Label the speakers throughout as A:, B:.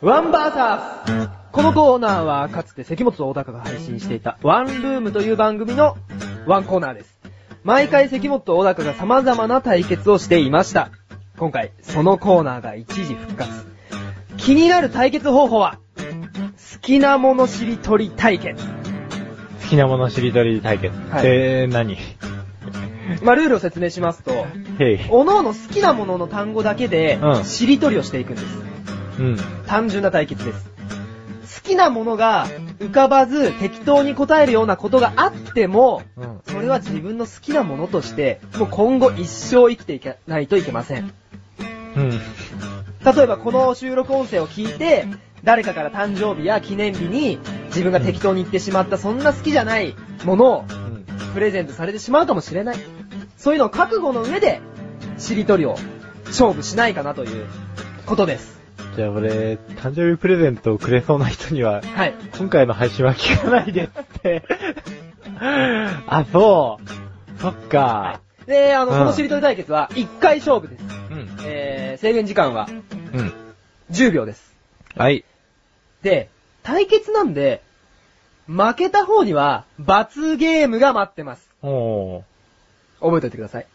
A: ワンバーサーこのコーナーは、かつて関本大高が配信していた、ワンルームという番組のワンコーナーです。毎回関本大高が様々な対決をしていました。今回、そのコーナーが一時復活。気になる対決方法は、好きなものしりとり対決。
B: 好きなものしりとり対決。
A: はい
B: えー、何へ
A: まあ、ルールを説明しますと、
B: い。
A: おのおの好きなものの単語だけで
B: う、ん
A: しりとりをしていくんです。
B: うん。
A: 単純な対決です。好きなものが浮かばず適当に答えるようなことがあっても、
B: うん。
A: それは自分の好きなものとして、もう今後一生生きていかないといけません。
B: うん。
A: 例えばこの収録音声を聞いて、誰かから誕生日や記念日に自分が適当に言ってしまったそんな好きじゃないものを
B: うん。
A: プレゼントされてしまうかもしれない。そういうのを覚悟の上で、しりとりを勝負しないかなということです。
B: じゃあ俺、誕生日プレゼントをくれそうな人には、
A: はい。
B: 今回の配信は聞かないでって。 あ、そう。そっか。
A: で、あの、
B: うん
A: このしりとり対決は1回勝負です。
B: うん。
A: えー、制限時間は
B: うん。
A: 10秒です。
B: はい。
A: で、対決なんで、負けた方には罰ゲームが待ってます。
B: おー。
A: 覚えておいてください。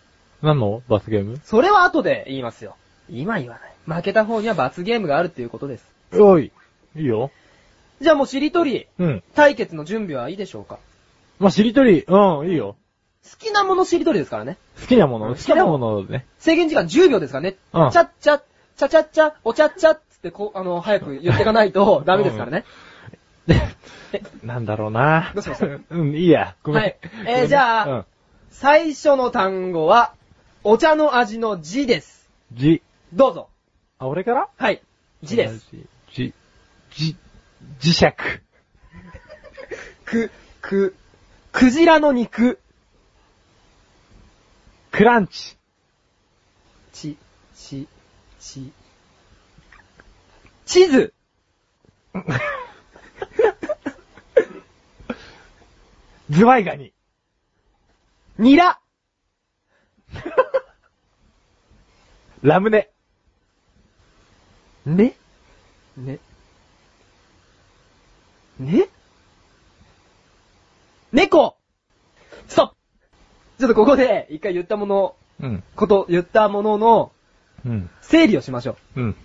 B: 何の罰ゲーム
A: それは後で言いますよ。今言わない。負けた方には罰ゲームがあるっていうことです。
B: おい。いいよ。
A: じゃあもうしりとり
B: うん。
A: 対決の準備はいいでしょうか
B: まあ、しりとり、うん、いいよ。
A: 好きなものしりとりですからね。
B: 好きなもの、
A: うん
B: 好きなものね。
A: 制限時間10秒ですからね。
B: うん
A: ちゃっちゃ、ちゃちゃっちゃ、おちゃっちゃっつってこう、あの、早く言ってかないとダメですからね。え
B: なんだろうな
A: どうしました
B: うん、いいや。ごめん。
A: はいえー
B: ごめんね
A: じゃあ、最初の単語は、お茶の味の字です。
B: うん。じ、
A: どうぞ。
B: あ、俺から
A: はい。字です。。
B: じ、じ、磁石。
A: く、く、クジラの肉。
B: クランチ。
A: ち、ち、ち。地図。
B: ズワイガニ。
A: ニラ。
B: ラムネ。
A: ね。ね。ね猫。ストップ。ちょっとここで、一回言ったもの、
B: うん。
A: こと、言ったものの、
B: うん。
A: 整理をしましょう。
B: うん。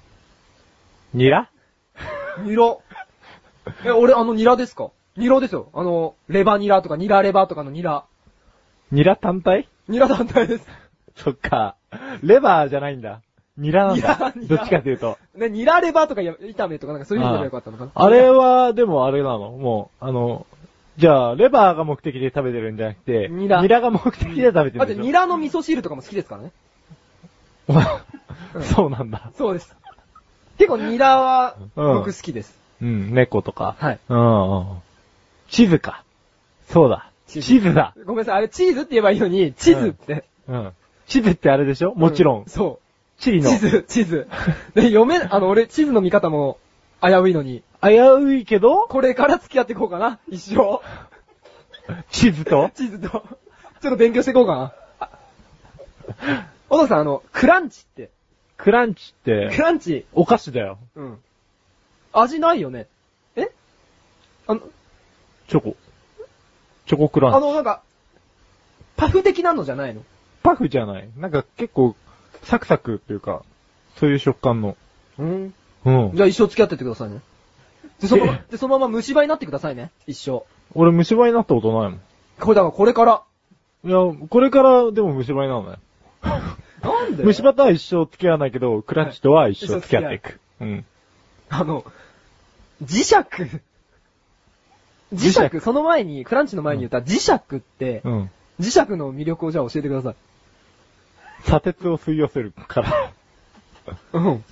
B: ニラ
A: ニラ。え、俺、あの、ニラですかニラですよ。あの、レバニラとか、ニラレバとかのニラ。
B: ニラ単体
A: ニラ団体です。
B: そっか。レバーじゃないんだ。ニラなんだ。
A: ニラニ
B: ど
A: ラ
B: っちかというと。
A: ね、ニラレバとかや、炒めとかなんかそういうのがよかったのかな。
B: ああれは、でもあれなのもう、あの、じゃあ、レバーが目的で食べてるんじゃなくて、
A: ニラ
B: が目的で食べて
A: だ
B: る
A: っ
B: ん
A: て
B: でしょ
A: ニラの味噌汁とかも好きですからね。うん
B: そうなんだ。
A: そうです。結構ニラは、
B: うん
A: 僕好きです。
B: うん、猫とか。
A: はい。
B: うんうん。地図か。そうだ。
A: 地
B: 地
A: 図
B: 図だ。
A: ごめんなさい、あれチーズって言えばいいのに、地図って。
B: うん。地図ってあれでしょもちろ。
A: うんそ
B: 地理
A: う。
B: の。
A: 地図、地図。 で、読め、あの、俺、地図の見方も危ういのに、
B: 危ういけど、
A: これから付き合っていこうかな、一生。
B: 地図と。
A: 地図と、ちょっと勉強していこうかな。お父さん、あの、クランチって、
B: クランチっ
A: ク
B: て、
A: ランチ、
B: お菓子だよ。
A: うん。味ないよね。えあの、
B: チョコ。チョコクランチ。
A: あの、なんか、パフ的なのじゃないの
B: パフじゃない。なんか結構、サクサクっていうか、そういう食感の。
A: うん。
B: うん。
A: じゃあ一生付き合ってってくださいね。で、そのまま
B: え、
A: で、そのまま虫歯になってくださいね。一生。
B: 俺虫歯になったことない
A: これだからこれから。
B: もん。いや、これからでも虫歯になるのよ。
A: なんで
B: 虫歯とは一生付き合わないけど、クランチとは一生付き合っていく。うん。
A: あの、磁石。磁
B: 磁
A: 石、その前に、クランチの前に言った磁石って、
B: うん。
A: 磁石の魅力をじゃあ教えてください。
B: 砂鉄を吸い寄せるから。
A: うん。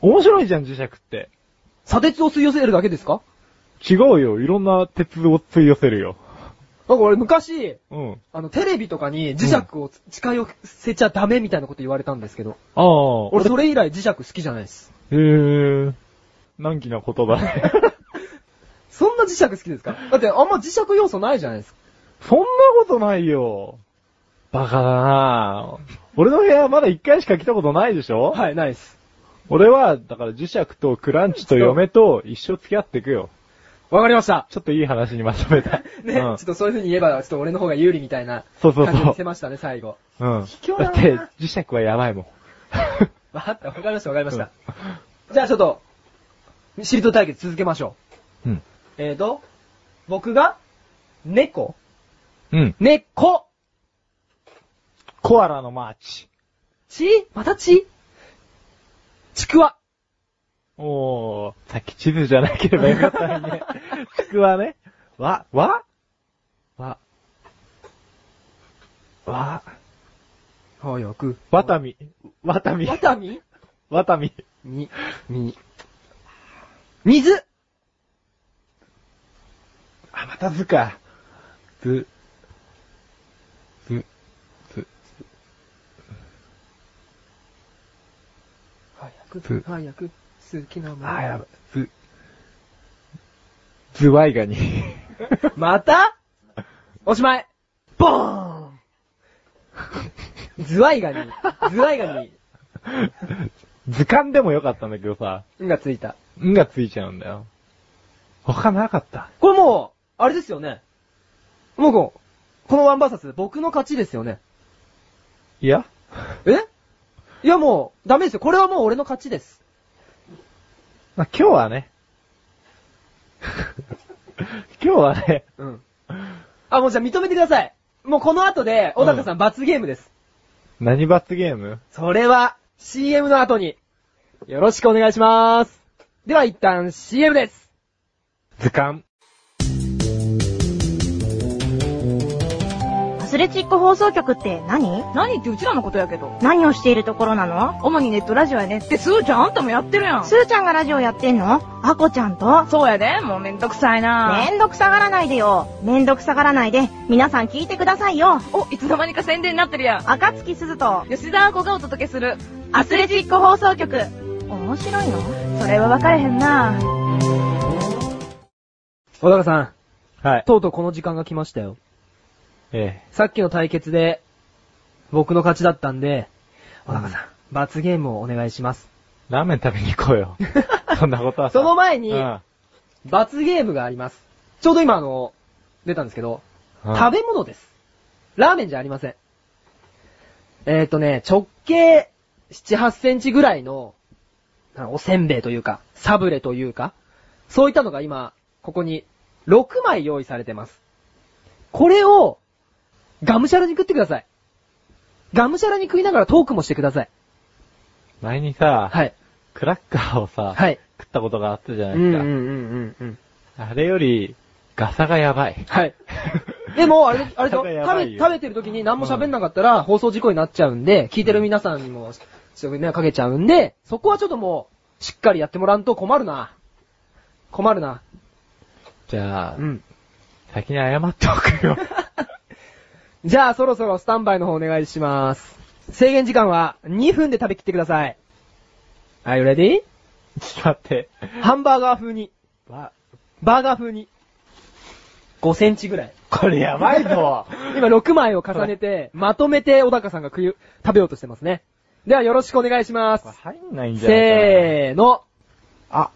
B: 面白いじゃん、磁石って。
A: 砂鉄を吸い寄せるだけですか
B: 違うよ、いろんな鉄を吸い寄せるよ。
A: なんか俺昔、
B: うん。
A: あの、テレビとかに磁石を近寄せちゃダメみたいなこと言われたんですけど、
B: ああ、
A: 俺それ以来磁石好きじゃないです。
B: へえ、難儀なことだね。
A: そんな磁石好きですかだってあんま磁石要素ないじゃないですか。
B: そんなことないよ。バカだなぁ。俺の部屋まだ一回しか来たことないでしょ
A: はい、ないです。
B: 俺は、だから磁石とクランチと嫁と一生付き合っていくよ。
A: わかりました。
B: ちょっといい話にまとめた。
A: ね、
B: う
A: ちょ
B: ん
A: っ。とそういう風に言えば、ちょっと俺の方が有利みたいな
B: そうそうそう
A: 感じ見せましたね、最後。
B: うん。
A: 卑怯
B: だ
A: だな
B: って、磁石はやばいもん。
A: わかった、わかりました、わかりました。じゃあちょっと、しりとり対決続けましょ
B: うん。
A: う。えーと、僕が、猫
B: うん。
A: 猫
B: コアラのマーチ。
A: ちまたちちくわ
B: おー、さっき地図じゃなければよかったのにね。ちくわね。わ、わわ。わ、
A: 早く。
B: わたみ。わたみ。
A: わたみ
B: わたみ。
A: み、み。水
B: あ、また図か。図。図。図。
A: 早
B: ず
A: く、早く、好きなも
B: あ、やばい。図。ズワイガニ。
A: またおしまいボーンズワイガニ、ズワイガニ、
B: 図鑑でもよかったんだけどさ、
A: んがついた。
B: んがついちゃうんだよ。他なかった。
A: これもう、あれですよね。もうこう、このワンバーサス、僕の勝ちですよね。
B: いや
A: えいやもう、ダメですよ。これはもう俺の勝ちです。
B: まあ、今日はね。 今日はね、
A: うん。あ、もうじゃあ認めてください。もうこの後で、小高さん罰ゲームです。
B: 何罰ゲーム
A: それは、CM の後に、よろしくお願いします。では一旦 CM です。
B: 図鑑。
C: アスレチック放送局って何
D: 何ってうちらのことやけど。
C: 何をしているところなの
D: 主にネットラジオやねって、すーちゃんあんたもやってるやん。
C: すーちゃんがラジオやってんのあこちゃんと
D: そうやで、もうめんどくさいな
C: めんどくさがらないでよ。めんどくさがらないで、皆さん聞いてくださいよ。
D: お、いつの間にか宣伝になってるやん。
C: 赤月すずと、
D: 吉田亜子がお届けする、
C: アスレチック放送局。面白いの
D: それは分かれへんな
A: 小高さん、
B: はい。
A: とうとうこの時間が来ましたよ。
B: え
A: さっきの対決で、僕の勝ちだったんで、小高さん、罰ゲームをお願いします。
B: え。ラーメン食べに行こ うよ。そんなことはさ
A: その前に
B: うんうん
A: 罰ゲームがあります。ちょうど今あの、出たんですけど、食べ物です。ラーメンじゃありません。えっ、ー、とね、直径7、8センチぐらいの、あのおせんべいというか、サブレというか、そういったのが今、ここに6枚用意されてます。これを、がむしゃらに食ってください。がむしゃらに食いながらトークもしてください。
B: 前にさ、
A: はい。
B: クラッカーをさ、
A: はい。
B: 食ったことがあったじゃ
A: う
B: なんいうです
A: んう
B: か。
A: んうんうん。
B: あれより、ガサがやばい。
A: はい。でも、あれ、あれと、食
B: やばいやばい
A: べ、
B: よ
A: 食べてる時に何も喋んなかったら、放送事故になっちゃうんで、聞いてる皆さんにも、ちょっとね、かけちゃうんで、そこはちょっともう、しっかりやってもらうと困るな。困るな。
B: じゃあ、
A: うん。
B: 先に謝っておくよ。
A: じゃあ、そろそろスタンバイの方お願いします。制限時間は2分で食べきってください。Are you ready?
B: ちょっと待って。
A: ハンバーガー風に、
B: わ、
A: バーガー風に、5センチぐらい。
B: これやばいぞ。
A: 今6枚を重ねて、まとめて小高さんが食い、食べようとしてますね。ではよろしくお願いします
B: これ。入んないんじゃないかな
A: せーの。
B: あ、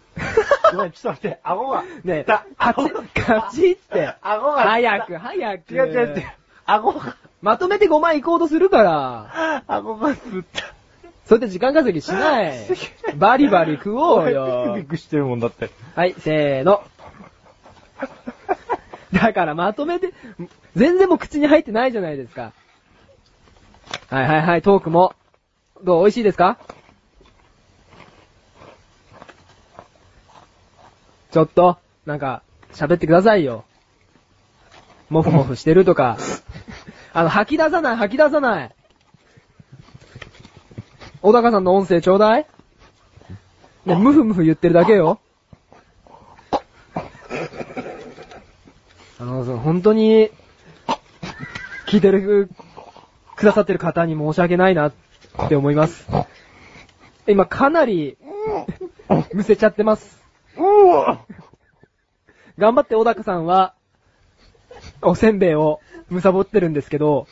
B: ごめん、ちょっと待って、顎が。
A: ねえ
B: だ、
A: カチ
B: 顎
A: ッ、カチッって。
B: 顎が。
A: 早く、早く。
B: 違う違う違う。顎が、
A: まとめて5枚行こうとするから。
B: 顎が吸った。
A: そうやって時間稼ぎし ない。バリバリ食おうよ
B: ビクビ。クしてるもんだって。
A: はい、せーの。 だからまとめて、全然もう口に入ってないじゃないですか。はいはいはい、トークも。どう美味しいですかちょっと、なんか、喋ってくださいよ。もふもふしてるとか。あの、吐き出さない、吐き出さない。小高さんの音声ちょうだいもうムフムフ言ってるだけよ。あの、その本当に、聞いてる、くださってる方に申し訳ないなって思います。今かなり、むせちゃってます。
B: うわ
A: 頑張って小高さんは、おせんべいをむさぼってるんですけど、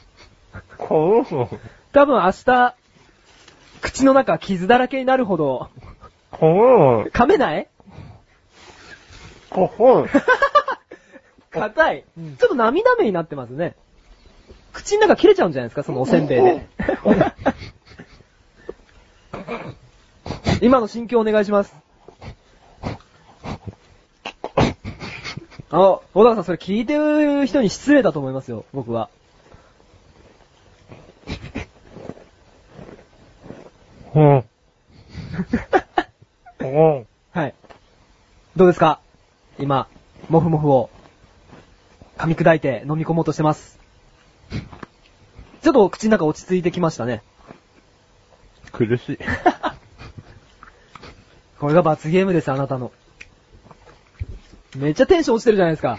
B: こう。
A: 多分明日、口の中傷だらけになるほど、
B: ほん。
A: 噛めない
B: ほほん。
A: 硬い。ちょっと涙目になってますね。口の中切れちゃうんじゃないですか、そのおせんべいで。今の心境お願いします。あ、小高さん、それ聞いてる人に失礼だと思いますよ、僕は。
B: ほん。ほん。
A: はい。どうですか今、もふもふを、噛み砕いて飲み込もうとしてます。ちょっと口の中落ち着いてきましたね。
B: 苦しい。
A: これが罰ゲームです、あなたの。めっちゃテンション落ちてるじゃないですか。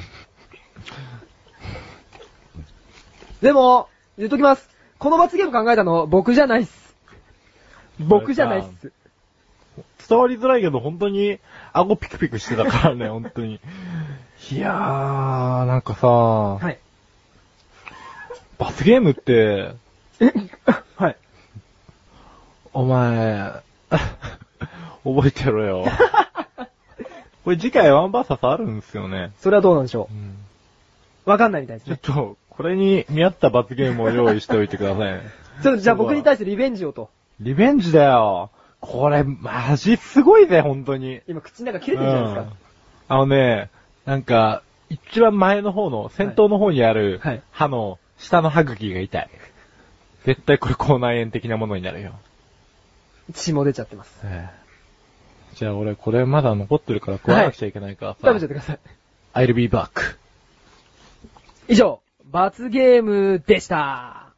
A: でも、言っときます。この罰ゲーム考えたの、僕じゃないっす。僕じゃないっす。
B: 伝わりづらいけど、本当に、顎ピクピクしてたからね、本当に。いやー、なんかさ、
A: はい。
B: 罰ゲームって、
A: え、はい。
B: お前、覚えてろ よ。これ次回ワンバーサスあるんですよね。
A: それはどうなんでしょ
B: うん
A: う。わかんないみたいです
B: ちょっ
A: ね。
B: と、これに見合った罰ゲームを用意しておいてくださいね。
A: ちょっとじゃあ僕に対してリベンジをと。
B: リベンジだよ。これ、マジすごいぜ、本当に。
A: 今口の中切れてるじゃないですか。
B: あのね、なんか、一番前の方の、先頭の方にある
A: はい、
B: 歯の、下の歯茎が痛い。絶対これ口内炎的なものになるよ。
A: 血も出ちゃってます。
B: ええじゃあ俺、これまだ残ってるから食わなくちゃいけないからさ。
A: 食べちゃってください。
B: I'll be back.
A: 以上、罰ゲームでした。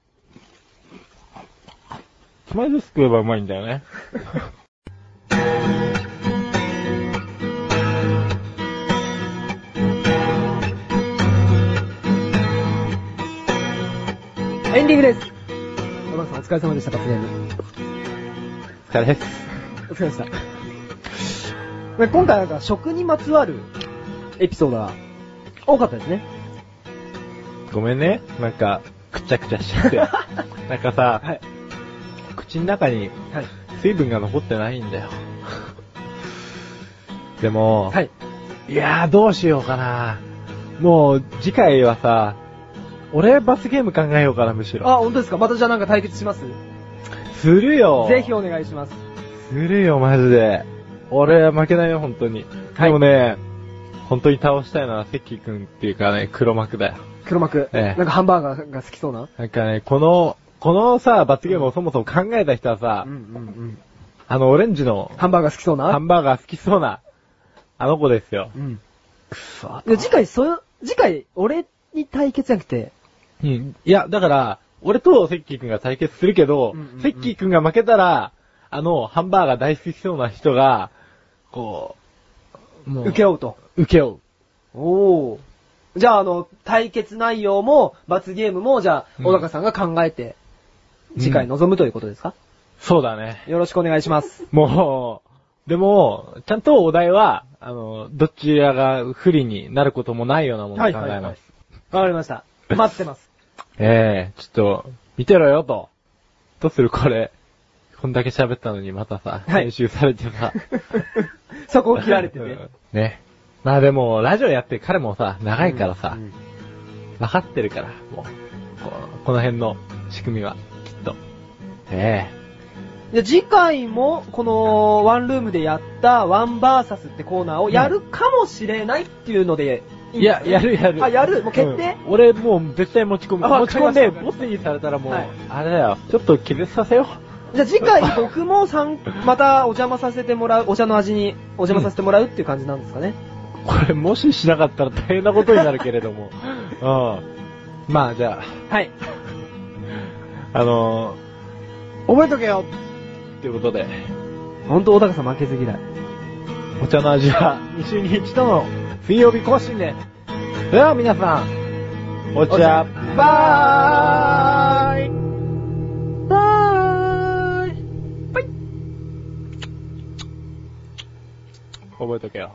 B: つまりずつ食えばうまいんだよね。
A: エンディングです。小田さんお疲れ様でした、罰ゲーム。
B: お疲れです。
A: お疲れ様でした。ね今回なんか食にまつわるエピソードが多かったですね。
B: ごめんね。なんか、くちゃくちゃしち ゃって。なんかさ、
A: はい。
B: 口の中に
A: はい。
B: 水分が残ってないんだよ。でも、
A: はい。
B: いやーどうしようかな。もう次回はさ、俺罰ゲーム考えようかな、むし
A: あ、
B: ろ。
A: 本当ですかまたじゃあなんか対決します
B: するよ。
A: ぜひお願いします。
B: するよ、マジで。俺は負けないよ、本当に。
A: は
B: で
A: い
B: もね、本当に倒したいのは関君っていうかね、黒幕だよ。
A: 黒幕。
B: ええ
A: なんかハンバーガーが好きそうな
B: なんかね、この、このさ、罰ゲームをそもそも考えた人はさ、
A: うんうん。
B: あのオレンジの
A: ハンバーガー好きそうな
B: ハンバーガー好きそうな、あの子ですよ。
A: うん。
B: くそ
A: で次回、そう、次回、俺に対決じゃなくて、
B: うん。いや、だから、俺とセッキーくんが対決するけど、
A: うんうんうん
B: セッキーくんが負けたら、あの、ハンバーガー大好きそうな人が、こう、も
A: 受け
B: 負
A: 負うと。
B: う。受け負う。
A: おー。じゃあ、あの、対決内容も、罰ゲームも、じゃあ、
B: うん
A: 小高さんが考えて、次回臨むということですか、
B: そうだね。
A: よろしくお願いします。
B: もう、でも、ちゃんとお題は、あの、どちらが不利になることもないようなものを考えます。
A: わかりました。待ってます。
B: ええちょっと、見てろよと。どうするこれ。こんだけ喋ったのにまたさ、
A: はい
B: 編集されてさ。
A: そこを切られてね。
B: ね。まあでも、ラジオやって彼もさ、長いからさ
A: うん、
B: 分かってるから、もう、ここの辺の仕組みは、きっと。え
A: じゃあ次回も、この、ワンルームでやった、ワンバーサスってコーナーをやるかもしれないっていうので、
B: えいや、やるやる。
A: あ、やるもう決定、
B: うん俺もう絶対持ち込む。
A: あ
B: 持ち込んで、
A: わかりま
B: ボスにされたらもう、
A: はい
B: あれだよ、ちょっと気絶させよ
A: じゃあ次回僕もさん、またお邪魔させてもらう、お茶の味にお邪魔させてもらうっていう感じなんですかね。
B: う。 これ、もししなかったら大変なことになるけれど も。うん。まあ、じゃあ、
A: はい。
B: あのー、覚えとけよっていうことで、
A: ほんと、小高さん負けず嫌い。
B: お茶の味は2週に一度の水曜日更新で。では皆さん、お茶、
A: お茶
B: バーイ
A: バーイ
B: 覚えとけよ。